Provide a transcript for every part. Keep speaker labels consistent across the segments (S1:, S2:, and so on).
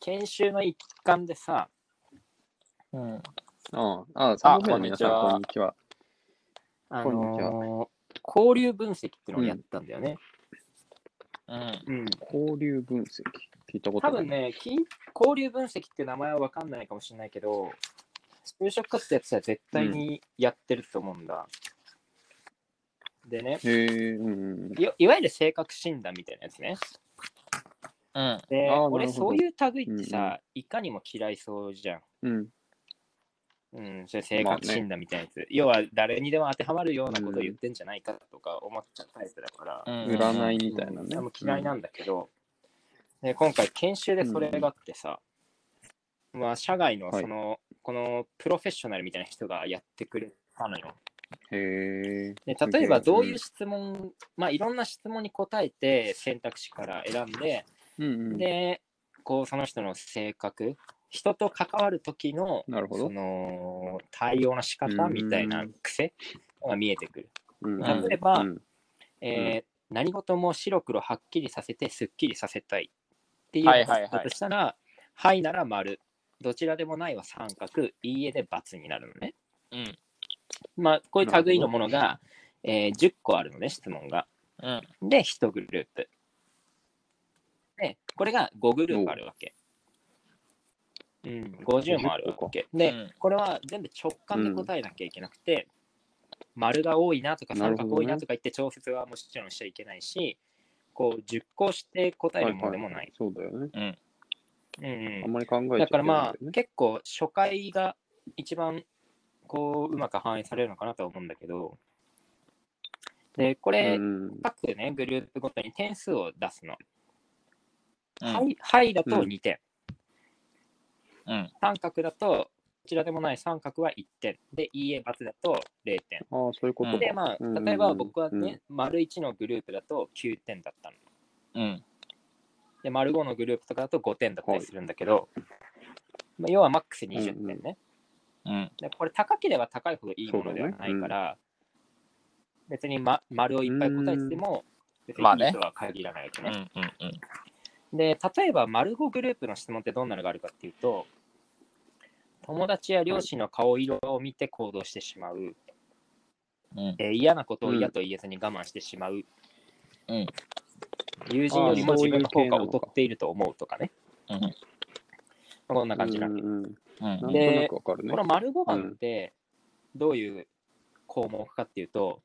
S1: 研修の一環でさ、
S2: うん。
S3: ああ、あ、サンドの皆さん、
S1: こ
S3: こ
S1: ん
S3: ん
S1: に
S3: にちは。
S1: あ
S3: こんにち
S1: のー交流分析っていうのをやったんだよね。
S2: うん。
S1: うん
S3: 交流分析。聞いたこ
S1: 多
S3: とない。
S1: 分ね、き交流分析って名前は分かんないかもしれないけど、就職活動やってたら絶対にやってると思うんだ。でね
S3: へえ、うん
S1: いわ、いわゆる性格診断みたいなやつね。
S2: うん。
S1: で、
S3: あーなるほど
S1: 俺そういう類ってさ、
S3: うんう
S1: いかにも嫌いそうじゃん。
S3: うん。うん。
S1: うん、それ性格診断みたいなやつ、要は誰にでも当てはまるようなことを言ってんじゃないかとか思っちゃうタイプだから、
S2: うん
S3: 占いみたいな
S1: うん
S3: ね。
S1: 多分嫌いなんだけど、で今回研修でそれがあってさ、まあ社外の
S3: はい
S1: その、このプロフェッショナルみたいな人がやってくれたのよ。
S3: うん。へえ。
S1: で例えばどういう
S3: す
S1: 質問、まあいろんな質問に答えて選択肢から選んで、
S3: げえ、うんうんうん。
S1: でこうその人の性格人と関わる時の
S3: なるほ
S1: そ
S3: ど。
S1: の対応の仕方みたいな
S3: うん
S1: 癖が見えてくる。
S3: うん
S1: 例えば、
S3: うん
S1: えー何事も白黒はっきりさせてすっきりさせたいっていう
S2: は
S1: こ
S2: い
S1: と
S2: はいはい
S1: だとしたら、はいなら丸、どちらでもないは三角、いいえで×になるのね。
S2: うん。
S1: まあ、こういう類のものが、えー10個あるのね、質問が。
S2: うん。
S1: で、1グループ。で、これが5グループあるわけ。うん、50もあるわけ。で、
S2: うん
S1: これは全部直感で答えなきゃいけなくて、丸が多いなとか
S3: なる
S1: 三角
S3: ほどね
S1: 多いなとか言って調節はもちろんしちゃいけないし、こう熟考して答えるものでもない。
S3: そうだよね。
S1: うん
S3: あ
S1: うん
S3: んまり考えちゃいけないんだよね
S1: だからまあ、結構初回が一番こううまく反映されるのかなとは思うんだけど、で、これ、
S3: うん
S1: 各ね、グループごとに点数を出すの。
S2: うん
S1: はい、はいだと
S3: うん
S1: 2点、
S2: うん。
S1: 三角だと、どちらでもない三角は1点。で、いいえ、×だと0点。
S3: ああ、そういうこと
S2: う
S3: か
S2: ん
S1: で、ま
S3: うんうんう
S1: あ、
S3: ん
S1: 例えば僕はね、丸1のグループだと9点だったの。
S2: うん。
S1: で、丸5のグループとかだと5点だったりするんだけど、まあ、要はマックス20点ね。
S2: うん。
S1: で、これ高ければ高いほどいいものではないから、別に、ま、丸をいっぱい答えてても、別に
S2: まあ
S1: い
S2: ね
S1: いとは限らないわけ
S2: う
S1: ね。
S2: ん。うん。
S1: で、例えば、丸5グループの質問ってどんなのがあるかっていうと、友達や両親の顔色を見て行動してしまう、
S2: うん。
S1: えー嫌なことを嫌と言えずに我慢してしまう、
S2: うん
S1: 友人よりも
S3: あー
S1: 自分の方が
S3: そういう系なのか
S1: 劣っていると思うとかね、
S2: うん
S1: こんな感じな
S3: うんん
S1: で、
S3: うんうん。
S2: うん
S3: なんと
S1: で
S3: なくわかるね
S1: この。丸5番ってどういう項目かっていうと、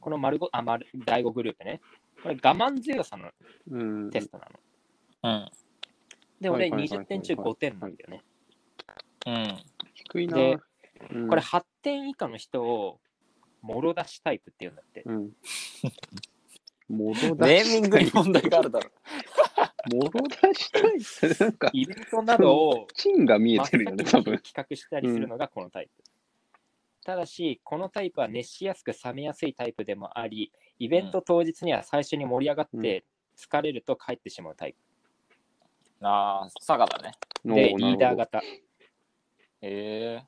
S1: この丸5あ丸第5グループね、これ我慢強さの
S3: うん
S1: テストなの。
S2: うん。
S1: で、俺
S3: はいはいはいは
S1: 20
S3: い
S1: 点中5点なんだよね。
S2: うん。
S3: 低いな。
S1: で
S3: うん
S1: これ、8点以下の人をもろ出しタイプっていうんだって。
S3: うん。戻だ
S2: ネーミングに問題があるだろ。
S3: 戻出したいって、なんか、
S1: イベントなどを
S3: チンが見え
S1: 真って先
S3: るよ
S1: に
S3: ね、多分
S1: 企。画したりするのがこのタイプ。ただし、このタイプは熱しやすく冷めやすいタイプでもあり、イベント当日には最初に盛り上がって疲れると帰ってしまうタイ
S2: ああ、佐賀だね。
S1: プ。で、
S3: お
S1: リーダー。型
S2: え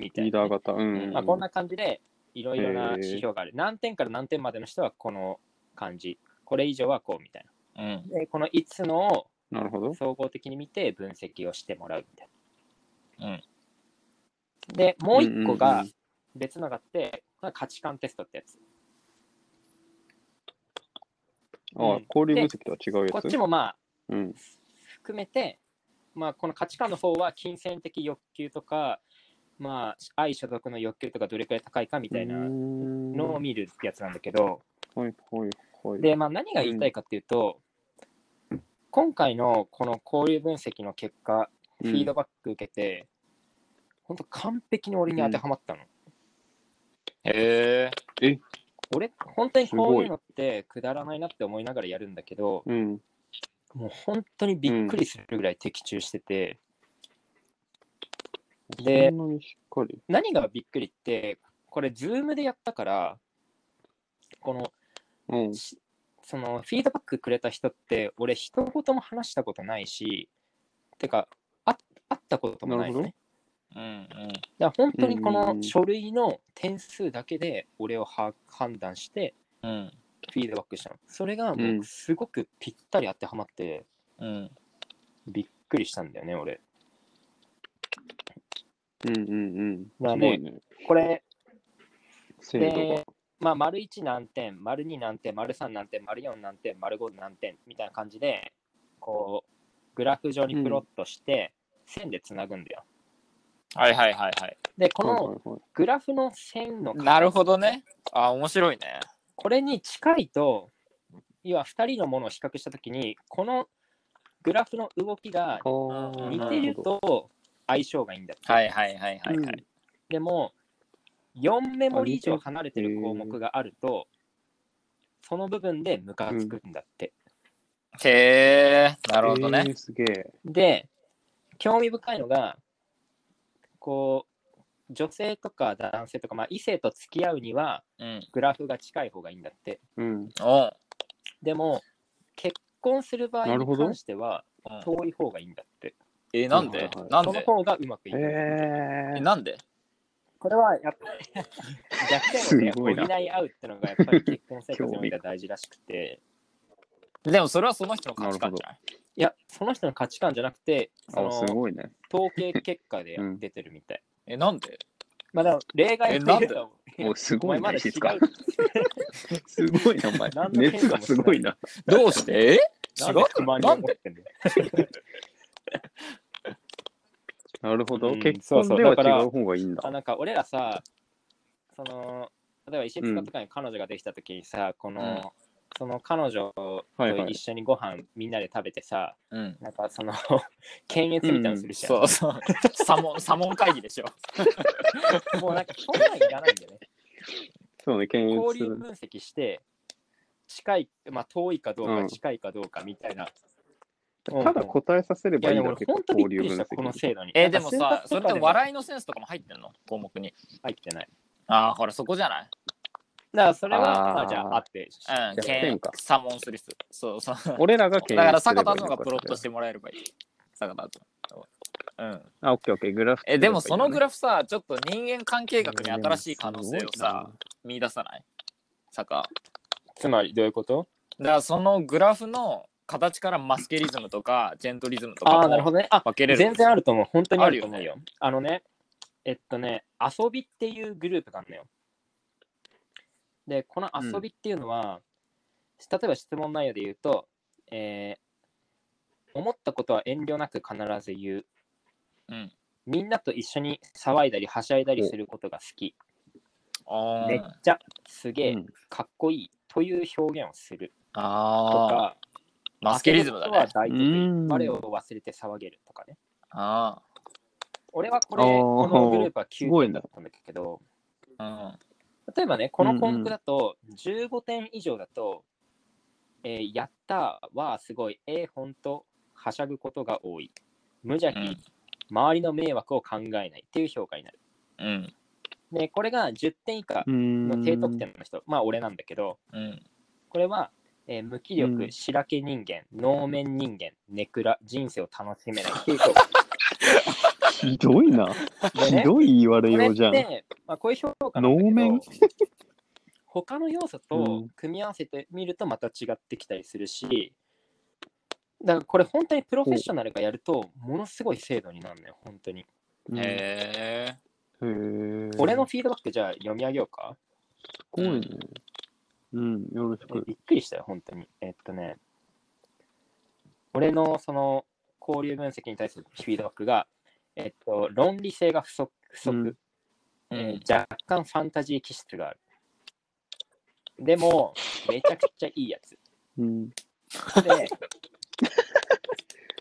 S2: え。
S1: みた
S3: なるほどリ
S1: いな。
S3: ーダー型。うん。
S1: まあ、こんな感じでいろいろな
S3: へー
S1: 指標がある。何点から何点までの人はこの感じ。これ以上はこうみたい
S2: うん。
S1: な。で、この5つのを
S3: なるほど。
S1: 総合的に見て分析をしてもらうみたいな。
S2: うん
S1: で、もう一個
S3: うんうんう
S1: が
S3: ん
S1: 別のがあって、これは価値観テストってやつ。
S3: ああ、交流分析とは違うやつ。
S1: こっちもまあ
S3: うん。
S1: 含めて、まあ、この価値観の方は金銭的欲求とか、まあ、愛所属の欲求とかどれくらい高いかみたいなのを
S3: の
S1: 見るやつなんだけど、
S3: はいはいはい。
S1: で、まあ、何が言いたいかっていうと、今回のこの交流分析の結果、
S3: う
S1: フ
S3: ん
S1: ィードバック受けて、本当完璧に俺に当てはまったの。
S2: ええ。
S1: 俺、本当にこういうのってくだらないなって思いながらやるんだけど、
S3: うん。
S1: もう本当にびっくりするぐらい的中してて、で
S3: そんなにしっかり。
S1: 何がびっくりって、これ、ズームでやったから、この、
S3: うん。
S1: その、フィードバックくれた人って、俺、一言も話したことないし、てか、あ会ったこともないの
S3: な
S1: ね
S3: る。
S2: う
S1: だ
S2: ん。
S1: から本当にこ
S3: うんう
S1: の
S3: んうん
S1: 書類の点数だけで、俺をは判断して、
S2: うん。うん。
S1: フィードバックしたの。それが
S3: う
S1: もう、
S3: ん
S1: すごくぴったり当てはまって、
S2: うん。
S1: びっくりしたんだよね、俺。
S3: うんうんうん。
S1: だ
S3: す
S1: ね
S3: ごいね。
S1: これ、
S3: 精度が。
S1: まあ、丸1何点、丸2何点、丸3何点、丸4何点、丸5何点みたいな感じで、こう、グラフ上にプロットして、線でつなぐんだよ。
S2: はいはいはいはい。
S1: で、こ
S3: はいは
S1: の
S3: いはい
S1: グラフの線の、
S2: なるほどね。あ、面白いね。
S1: これに近いと、要は2人のものを比較したときに、このグラフの動きが
S3: あー
S1: 似てると相性がいいんだって。
S2: はいはいはいはいはい。
S1: でも、4メモリ以上離れてる項目があると、その部分でムカつくんだって。
S2: へえ、なるほど
S3: え
S2: ね。
S3: ーすげえ。
S1: で、興味深いのが、こう、女性とか男性とか、まあ、異性と付き合うには、
S2: うん。
S1: グラフが近い方がいいんだって。
S3: うん。
S2: おう
S1: でも、結婚する場合
S3: なる
S1: に
S3: ほど
S1: 関しては、
S2: うん
S1: 遠い方がいいんだって。
S2: え、な
S3: は
S2: ん
S3: い
S2: で
S3: はい
S2: なん
S1: その
S2: で
S1: 方がうまくいく。
S2: え、
S3: えー。
S2: なんで
S1: これはやっぱり弱点
S3: す
S1: を、
S3: ごい
S1: ね、
S3: な
S1: 補い合うってのがやっぱり結婚生活においては大事らしくて、
S2: でもそれはその人の価値観じゃない
S1: いや、その人の価値観じゃなくて、そ
S3: あ、す
S1: の
S3: ごいね。
S1: 統計結果で
S3: うん
S1: 出てるみたい。
S2: え、なんで
S1: まあでも例外
S2: えなんで
S1: と思う
S3: おす
S1: お
S3: ご
S1: 前
S3: い
S1: ま
S3: な、
S1: だ
S3: 石
S1: 違
S3: 塚
S1: う。
S3: すごいな、お前
S1: 何。の変化も
S3: 熱がすごいな。
S2: どうしてえ
S1: な
S2: 違
S1: んで
S2: う
S1: 不満に
S2: な
S1: 思っ
S2: んで
S1: てんだよ
S3: なるほ
S1: う
S3: ど。
S1: ん
S3: 結
S1: そう
S3: 婚
S1: そう
S3: では
S1: だから
S3: 違う方がいいん
S1: あ
S3: だ。
S1: なんか俺らさ、その、例えば石塚とかに彼女ができた時にさ、この、
S2: うん
S1: その彼女
S3: はい
S1: と
S3: はい
S1: 一緒にご飯みんなで食べてさ、
S2: うん。
S1: なんかその、 検閲みたいなのするじゃん。
S2: そうそう。サモン、サモン会議でしょ。
S1: もうなんか、そんなんいらないんだよね。
S3: そうね、 検閲す
S1: 交流
S3: る。
S1: 分析して、近い、まあ、遠いかどう
S3: う
S1: か、
S3: ん
S1: 近いかどうかみたいな。うん
S3: ただ答えさせれ
S1: い
S3: ば
S1: や、
S3: いい
S1: で
S3: ん
S1: も
S3: だ
S1: 俺
S3: け、ど
S1: 本当びっくりした、この
S3: 交
S1: 制度に。
S2: え、でもさ、それって笑
S1: い
S2: いのセンスとかも入ってんの項目に。
S1: 入ってない。
S2: ああ、ほら、そこじゃない
S1: だから、それは、
S3: あー
S1: まあ、じゃあ、あって。
S2: うん、
S3: 逆転か
S2: サモンスリス。そうそう。 だ
S3: 俺らが検
S2: から
S3: 閲す
S2: 坂
S3: れば
S2: 田
S3: いい
S2: の
S3: の
S2: が
S3: か
S2: プロットしてもらえればいい。坂田と。うん。
S3: あ、オッケーオッケー、グラフ。
S2: え、でもそのグ
S3: ラ
S2: ラフさ、ちょっと人間関係学に新しい可能性をさ、。見出さない坂。
S1: つまり、どういうこと
S2: だからそのグラフの形からマスケリズムとかジェントリズムと
S1: あ
S2: か
S1: あ、なるほ
S2: も
S1: どね。あ、
S2: 分けれる。
S1: 全然あると思う。本当にあると思うよ。あのね、えっとね、遊びっていうグループがあるのよ。で、この遊びっていうのは、例えば質問内容で言うと、えー思ったことは遠慮なく必ず言う。
S2: うん
S1: みんなと一緒に騒いだり、はしゃいだりすることが好き。
S2: あ
S1: めっ
S2: ー
S1: ちゃ、すげえ、
S3: うん
S1: かっこいいという表現をすると
S2: あー。
S1: か、
S2: マスケリズムだ
S1: 焦る
S2: ね
S1: こと。は大
S3: う
S1: 得意
S3: ん。
S1: 我を忘れて騒げるとかね。
S2: あ
S1: 俺はこれ、
S3: あー
S1: このグループは9
S3: すごい
S1: 点
S3: ね
S1: だったんだけど、
S2: あ。うん。
S1: 例えばね、この項
S3: うんう
S1: 目
S3: ん
S1: だと、15点以上だと、えーやったーはすごい、えー、ほんと、はしゃぐことが多い。無邪気、
S2: うん
S1: 周りの迷惑を考えないっていう評価になる。
S2: うん。
S1: で、これが10点以下
S3: うん
S1: の低得点の人、まあ俺なんだけど、
S2: うん。
S1: これは、えー無気
S3: う
S1: 力、
S3: ん
S1: しらけ人間、能面人間、ネクラ、人生を楽しめ ないっていう評価。
S3: ひどいな。
S1: で
S3: ひ
S1: ね
S3: どい言われ
S1: これ
S3: よう
S1: っ
S3: じゃん。
S1: て、まあ、こういう評価なんだけど
S3: 能面
S1: 他の要素
S3: う
S1: と
S3: ん
S1: 組み合わせてみるとまた違ってきたりするし、だからこれ本当にプロフェッショナルがやるとものすごい精度になるのよ、本当に。
S3: うんへ
S2: へえ。
S3: え。
S1: 俺のフィードバックじゃあ読み上げようか。
S3: すごいね。うん、よろしく。
S1: びっくりしたよ、本当に。えっとね、俺のその交流分析に対するフィードバックが、えっと、論理性が不足、不足
S3: うん
S2: う
S1: え
S2: ん。
S1: ー若干ファンタジー気質がある。でも、めちゃくちゃいいやつ。
S3: うん。
S1: で、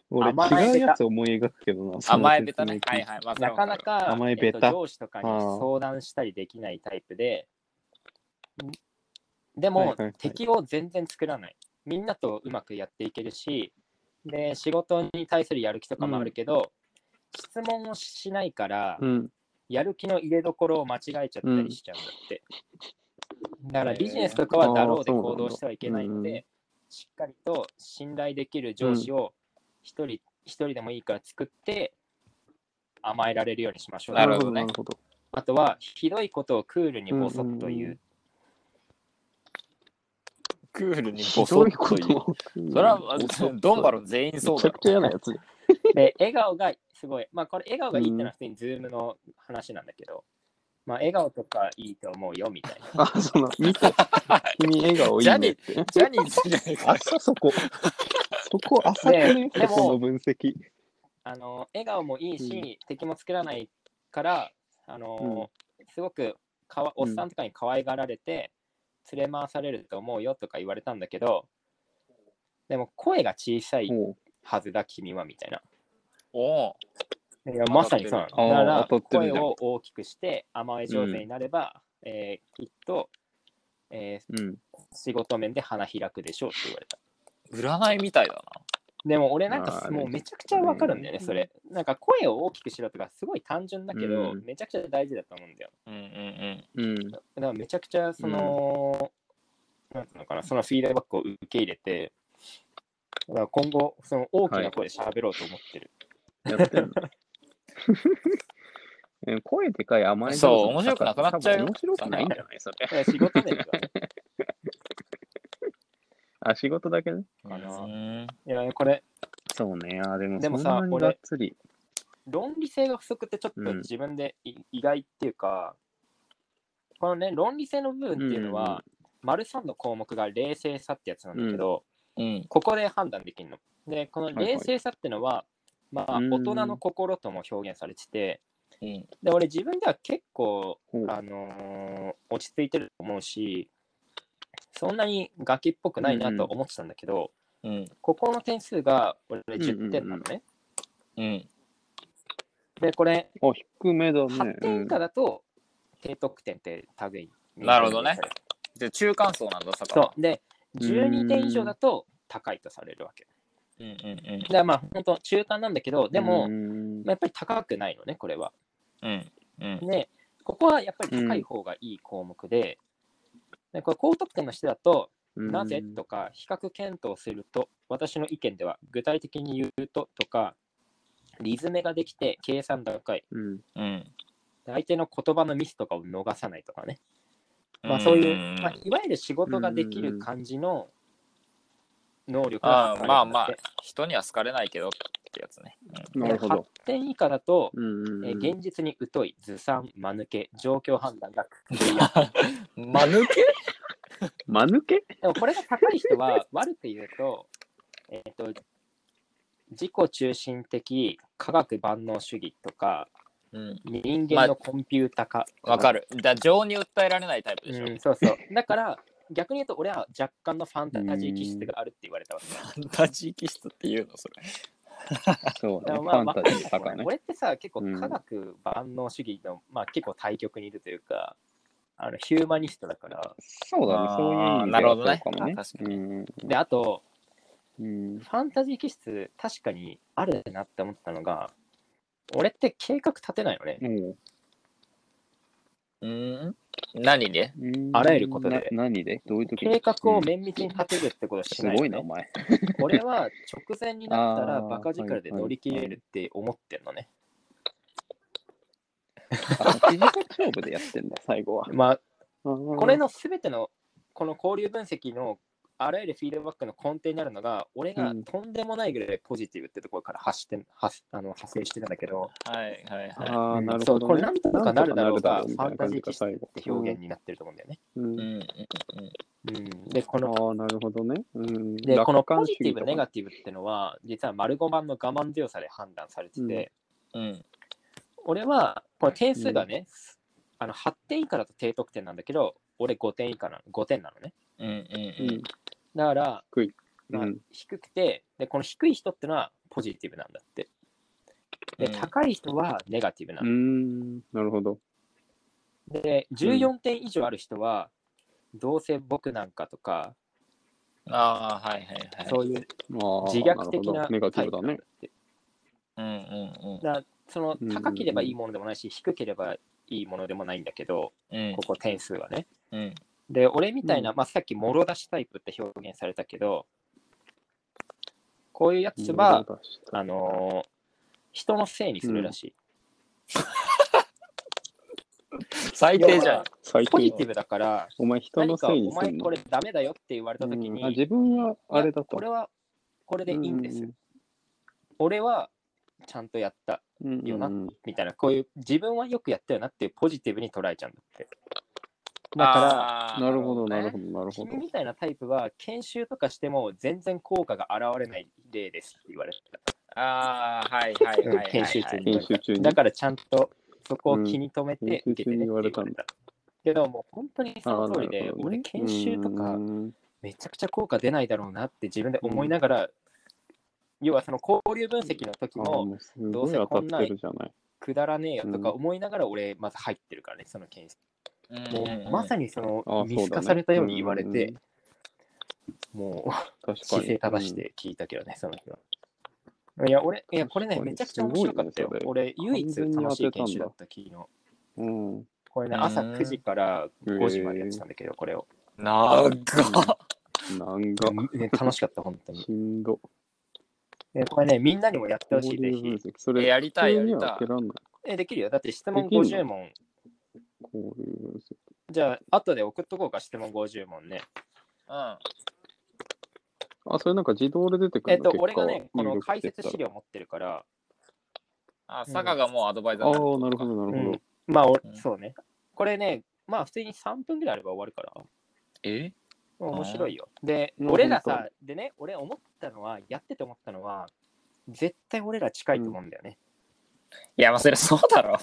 S3: 俺、
S1: 甘え
S3: 違
S1: べ
S3: う
S1: た
S3: やつ思い描くけどな。
S2: 甘えべたね。
S3: そ
S2: は
S3: の説明聞
S2: い
S3: いて
S2: はい。まあ
S1: なかな。か、
S3: 甘え
S1: えっと
S3: ベタ
S1: 上司とかに
S3: うん
S1: 相談したりできないタイプで、でも、
S3: はいはいはい
S1: 敵を全然作らない。みんなとうまくやっていけるし、で仕事に対するやる気とかもあるけど、質問をしないから、
S3: うん。
S1: やる気の入れどころを間違えちゃったりしちゃうんだって。だからビジネスとかはだろうで
S3: あーそうなんだ
S1: 行動してはいけないの
S3: うんう
S1: で、しっかりと信頼できる上司を一人、一人でもいいから作って、甘えられるようにしましょう。
S2: なるほどね
S3: なるほど。
S1: あとは、ひどいことをクールにボソッと言う。
S2: クールに
S3: ひ
S2: ボソ
S3: どい
S2: ッ
S3: こと
S2: 言う。
S3: と。
S2: それは、ドンバロン全員
S3: め
S2: そう
S3: ちゃ
S2: だろ
S3: く。ちゃ嫌なやつ。
S1: で、笑顔がすごい、まあこれ笑顔がいいってのは普通にズームの話なんだけど、まあ笑顔とかいいと思うよみたいな。
S3: あ、その、見て、君笑顔いいねって。
S2: ジャニーズじゃ ないか。
S3: 浅そこ。そこ浅くね、
S1: ででも
S3: そこの分析。
S1: あの笑顔もいいし、
S3: う
S1: 敵も作らないから、あのすごくかわおっさんとかに可愛がられて、連れ回されると思うよとか言われたんだけど、でも声が小さい
S3: おう
S1: はずだ、君はみたいな。
S2: おお。
S1: いやまさにそうな
S3: あー
S1: の。だから
S3: 当たってる
S1: 声
S3: じゃん
S1: を大きくして甘え上手になれば、えーきっと、え
S3: うん。
S1: ー仕事面で花開くでしょうって言われた。
S2: 占いみたいだ
S1: でも俺なん
S3: あ
S1: か
S3: ー
S1: もうめちゃくちゃわかるんだよね、それ。なんか声を大きくしろとかすごい単純だけど、
S3: うん
S1: めちゃくちゃ大事だと思うんだよ。
S2: な。うんうん
S3: うん。
S1: だからめちゃくちゃその、なんていうのかな、そのフィードバックを受け入れて、だから今後、その大きな声で喋ろうと思ってる。
S3: やってるのうん声でかい 甘え上手
S2: そう面白くなくなっちゃう
S3: 多分
S2: よ
S3: 面白くないんじゃないそれ。
S1: だから仕事面ではね
S3: あ、仕事だけね。
S2: うん。
S1: かな
S2: うん
S1: いや、これ、
S3: そうね。あ、でも、
S1: でもさ
S3: そんなに
S1: 俺
S3: がっつり。
S1: 論理性が不足ってちょっ
S3: う
S1: と
S3: ん
S1: 自分でい意外っていうか、このね、論理性の部分っていうのは、丸3の項目が冷静さってやつなんだけど、
S2: うん。
S1: ここで判断できるの。で、この
S3: はいはい
S1: 冷静さってのは、まあ、
S3: うん
S1: 大人の心とも表現されてて、
S2: うん。
S1: で、俺自分では結構、
S3: ほう
S1: あのー落ち着いてると思うし、そんなにガキっぽくないなと思ってたんだけど、
S2: うん。
S1: ここの点数が俺10点なのね。
S2: うん。
S1: で、これ、
S3: あ、低めだね。
S1: 8点以下だと低得点って類に
S2: なるほどねで中間層なんださから。
S1: そうで12点以上だと高いとされるわけ
S2: うんうん
S1: だからまあ本当中間なんだけどでも、
S3: う
S1: ま
S3: ん
S1: あやっぱり高くないのねこれは
S2: うん。うんうん。
S1: でここはやっぱり高い方がいい項目で,、でこれ高得点の人だとなぜとか比較検討すると私の意見では具体的に言うととかリズムができて計算高い
S3: うん。
S2: うん。
S1: 相手の言葉のミスとかを逃さないとかねまあ、そういう、
S2: ん
S1: まあ、いわゆる仕事ができる感じの能力が
S2: あ
S1: 高い
S2: あ
S1: ん
S2: ま
S1: だ
S2: あ
S1: って
S2: まあ人には好かれないけどってやつね。
S3: なるほど。
S1: 8点以下だと、
S3: うんうんうん
S1: えー現実に疎い、ずさん、間抜け、状況判断が。
S2: うん、間抜け
S3: 間抜け
S1: でもこれが高い人は 悪く言うと、えっ、と、自己中心的、科学万能主義とか、
S2: うん。
S1: 人間のコンピュータ化。
S2: わかる。だ情に訴えられないタイプでしょ。
S1: うん、そうそう。だから、逆に言うと、俺は若干のファンタジー気質があるって言われたわけ。
S2: ファンタジー気質っていうのそれ。
S3: そう
S1: い
S3: だ
S1: や
S3: ね。
S1: まあ、わ
S3: ファン
S1: か
S3: タ
S1: ん
S3: ジ
S1: ない
S3: ーとか
S1: もんね
S3: ね。
S1: 俺ってさ、結構
S3: うん
S1: 科学万能主義の、まあ結構対極にいるというか、あのヒューマニストだから。
S3: そうだね。そういう意
S2: あー
S3: 味
S2: なるほどね
S3: そうかもね。
S2: あ確かに
S3: うん
S1: で、あと、
S3: うん。
S1: ファンタジー気質、確かにあるなって思ったのが、俺って計画立てないのね。
S3: おう
S2: うん。何で
S3: うん
S1: あらゆることで
S3: な何でどういう時
S1: 計画を綿密に立てるってことはし
S3: す
S1: ないの
S3: ご
S1: ね、
S3: いな、お前。
S1: 俺は直前になったら
S3: あー
S1: バカ力で乗り切れるって思ってんのね。
S3: あ短時間勝負でやってんだ、最後は。
S1: まあ、こ
S3: こ
S1: れのすべての、この交流分析のあらゆるフィードバックの根底になるのが、俺が
S3: うん
S1: とんでもないぐらいポジティブってところから発して発あの派生してるんだけど、
S2: はいはいは
S3: ああ、なる
S1: そ
S3: ほ
S1: う
S3: ど、ね。
S1: これなんとかなるだろうが、
S3: なん
S1: フ
S3: と
S1: ァ
S3: かな
S1: ン
S3: るだ
S1: タ
S3: ろう
S1: ジー気
S3: みたいな感じか
S1: 質っ
S3: 最後。
S1: て表現になってると思うんだよね。
S3: うん
S2: い。
S3: う
S2: う
S3: ん
S2: んうん
S1: うん、で、こ
S3: あ
S1: の、
S3: あ、なるほどね。うん、
S1: でこのポジティブ、ネガ
S3: テ
S1: ティブってのは、実は丸5番の我慢強さで判断されてて、
S2: うんうん。
S1: 俺は、この点数がね、あの8点以下だと低得点なんだけど、俺5点以下なの、5点なのね。
S2: うんうん
S3: ィ
S2: うん。
S1: だから、
S3: ブ。
S1: ま
S3: う
S1: あ
S3: ん、
S1: 低くて、で、この低い人ってのはポジティブなんだって。で、
S2: うん
S1: 高い人はネガティブな
S3: う
S1: の。
S3: ん、なるほど。
S1: で、14点以上ある人は、どうせ僕なんかとか、
S2: ああはいはいはい。
S1: そういう
S3: ああ
S1: 自虐的な
S3: るほどネガテ
S1: タ
S3: ィ
S1: イ
S3: ブ
S1: プ
S3: だ
S1: なん
S3: ね
S1: だ。って。
S2: うんうん
S1: だからその
S3: うんうんうん
S1: 高ければいいものでもないし、低ければいいものでもないんだけど、
S2: うん。
S1: ここ点数はね。
S2: うんうん
S1: で、俺みたいな、
S3: うん
S1: まあ、さっきもろ出しタイプって表現されたけど、こういうやつ
S3: う
S1: は
S3: ん、
S1: あのー人のせいにするらしい。
S2: 最低じゃん。
S3: 最
S1: ポジ
S3: 近
S1: テ、ィブだから、
S3: お前人の
S1: 何か
S3: せい
S1: お
S3: にす
S1: 前
S3: るの
S1: これダメだよって言われたときに、
S3: うんあ自分はあれだと。
S1: これはこれでいいんですよ。
S3: う
S1: 俺はちゃんとやった
S3: うん
S1: いいよな
S3: うん
S1: みたいな、こういう自分はよくやったよなっていうポジティブに捉えちゃうんだって。だから、
S2: あー
S3: なるほど、なる
S2: ね
S3: ほど、なるほど
S1: 君。みたいなタイプは研修とかしても全然効果が現れない例ですって言われ
S2: ああ、はいはいはいはい、はい。
S1: うん研修中に
S3: 研修
S1: た。
S3: 中に。
S1: だからちゃんとそこを気に留めて
S3: うん
S1: 受けてねって
S3: 研修中に言われたんだ
S1: けどもう本当にその通り
S3: あーな
S1: で
S3: る、ほどね
S1: 俺研修とか
S3: うん
S1: めちゃくちゃ効果出ないだろうなって自分で思いながら、要はその交流分析の時
S3: あー
S1: も
S3: もうすごい当たってるじゃない。
S1: くだらねえよとか
S3: うん
S1: 思いながら俺まず入ってるからね、その研修。もうま
S2: ま
S1: さ
S2: さ
S1: にそ
S3: あ
S1: の
S3: ー
S1: 見透かされたように言われて、、もう
S3: そうだねうん確かに
S1: 姿勢正して聞いたけどね、その日は。いや、俺、いや、これね、
S3: 確かに
S1: めちゃくちゃ面白かったよ
S3: すごいね。それ
S1: 俺、唯一楽しい研修だった、昨日。
S3: うん。うん
S1: これね、
S2: うん
S1: 朝9時から5時までやってたんだけど、これを。
S2: 長
S3: な
S2: っ
S3: んか、
S1: ね楽しかった、本当に。
S3: しんど。
S1: でこれね、みんなにもやってほしい、ぜ
S3: 交流分
S1: ひ。
S3: 析そ
S2: え
S3: れ、
S2: やりたいや
S3: 普通
S2: り
S3: に
S2: たい
S3: は開けらんない。
S1: え、できるよ。だって質問
S3: できんの
S1: 50問。
S3: 交流分析。
S1: じゃあ、後で送っとこうか、質問50問ね。
S2: うん。
S3: あ、それなんか自動で出てく
S1: えっ
S3: るの
S1: と、俺がね、この解説資。
S3: 結
S1: 料持ってるから、
S2: あ、坂がもうアドバイザ
S3: 果を
S2: ー
S3: 入
S2: だ
S3: 力してったらああ、なるほど、なるほ
S1: う
S3: ど
S1: ん。まあ、お
S2: うん
S1: そうね。これね、まあ、普通に3分ぐらいあれば終わるから。
S2: え
S1: 面白いよ。で、
S3: うん
S1: 俺らさ、でね、俺思ったのは、やってて思ったのは、絶対俺ら近いと思うんだよね。
S2: いや、まあそれそうだろ。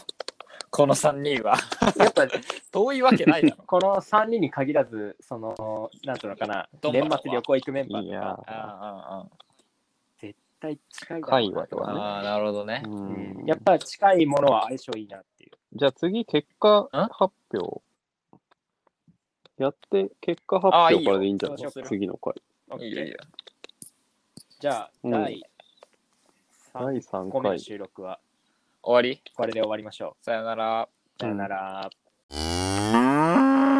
S2: この3人は。
S1: やっぱ、
S2: 遠いわけないだろ。
S1: この3人に限らず、その、なんていうのかな、
S2: どんな
S1: 年
S2: の
S1: 末旅行行くメンバー
S3: い
S1: と
S3: や
S1: か、
S2: ああ
S1: 絶対近いだろうな
S3: 会話と
S2: ああ
S3: か
S2: ああ、なるほどね
S3: ね。。
S1: う
S3: うん
S1: んやっぱ近いものは相性いいなっていう。
S3: じゃあ次、結果
S2: ん
S3: 発表。やって、結果発
S2: あい
S3: 表
S2: い
S3: か
S2: よ
S3: らでいいんじゃない
S1: そうしよう
S3: 次の回。
S2: いいよいい
S1: OK
S2: よ。
S1: じゃあ、
S3: うん
S1: 第
S3: 第
S1: 3
S3: 3
S1: 個目の
S3: 回。
S1: 収録は、
S2: 終わり
S1: これで終わりましょ
S2: さよなら。
S1: う。さよなら。
S3: うん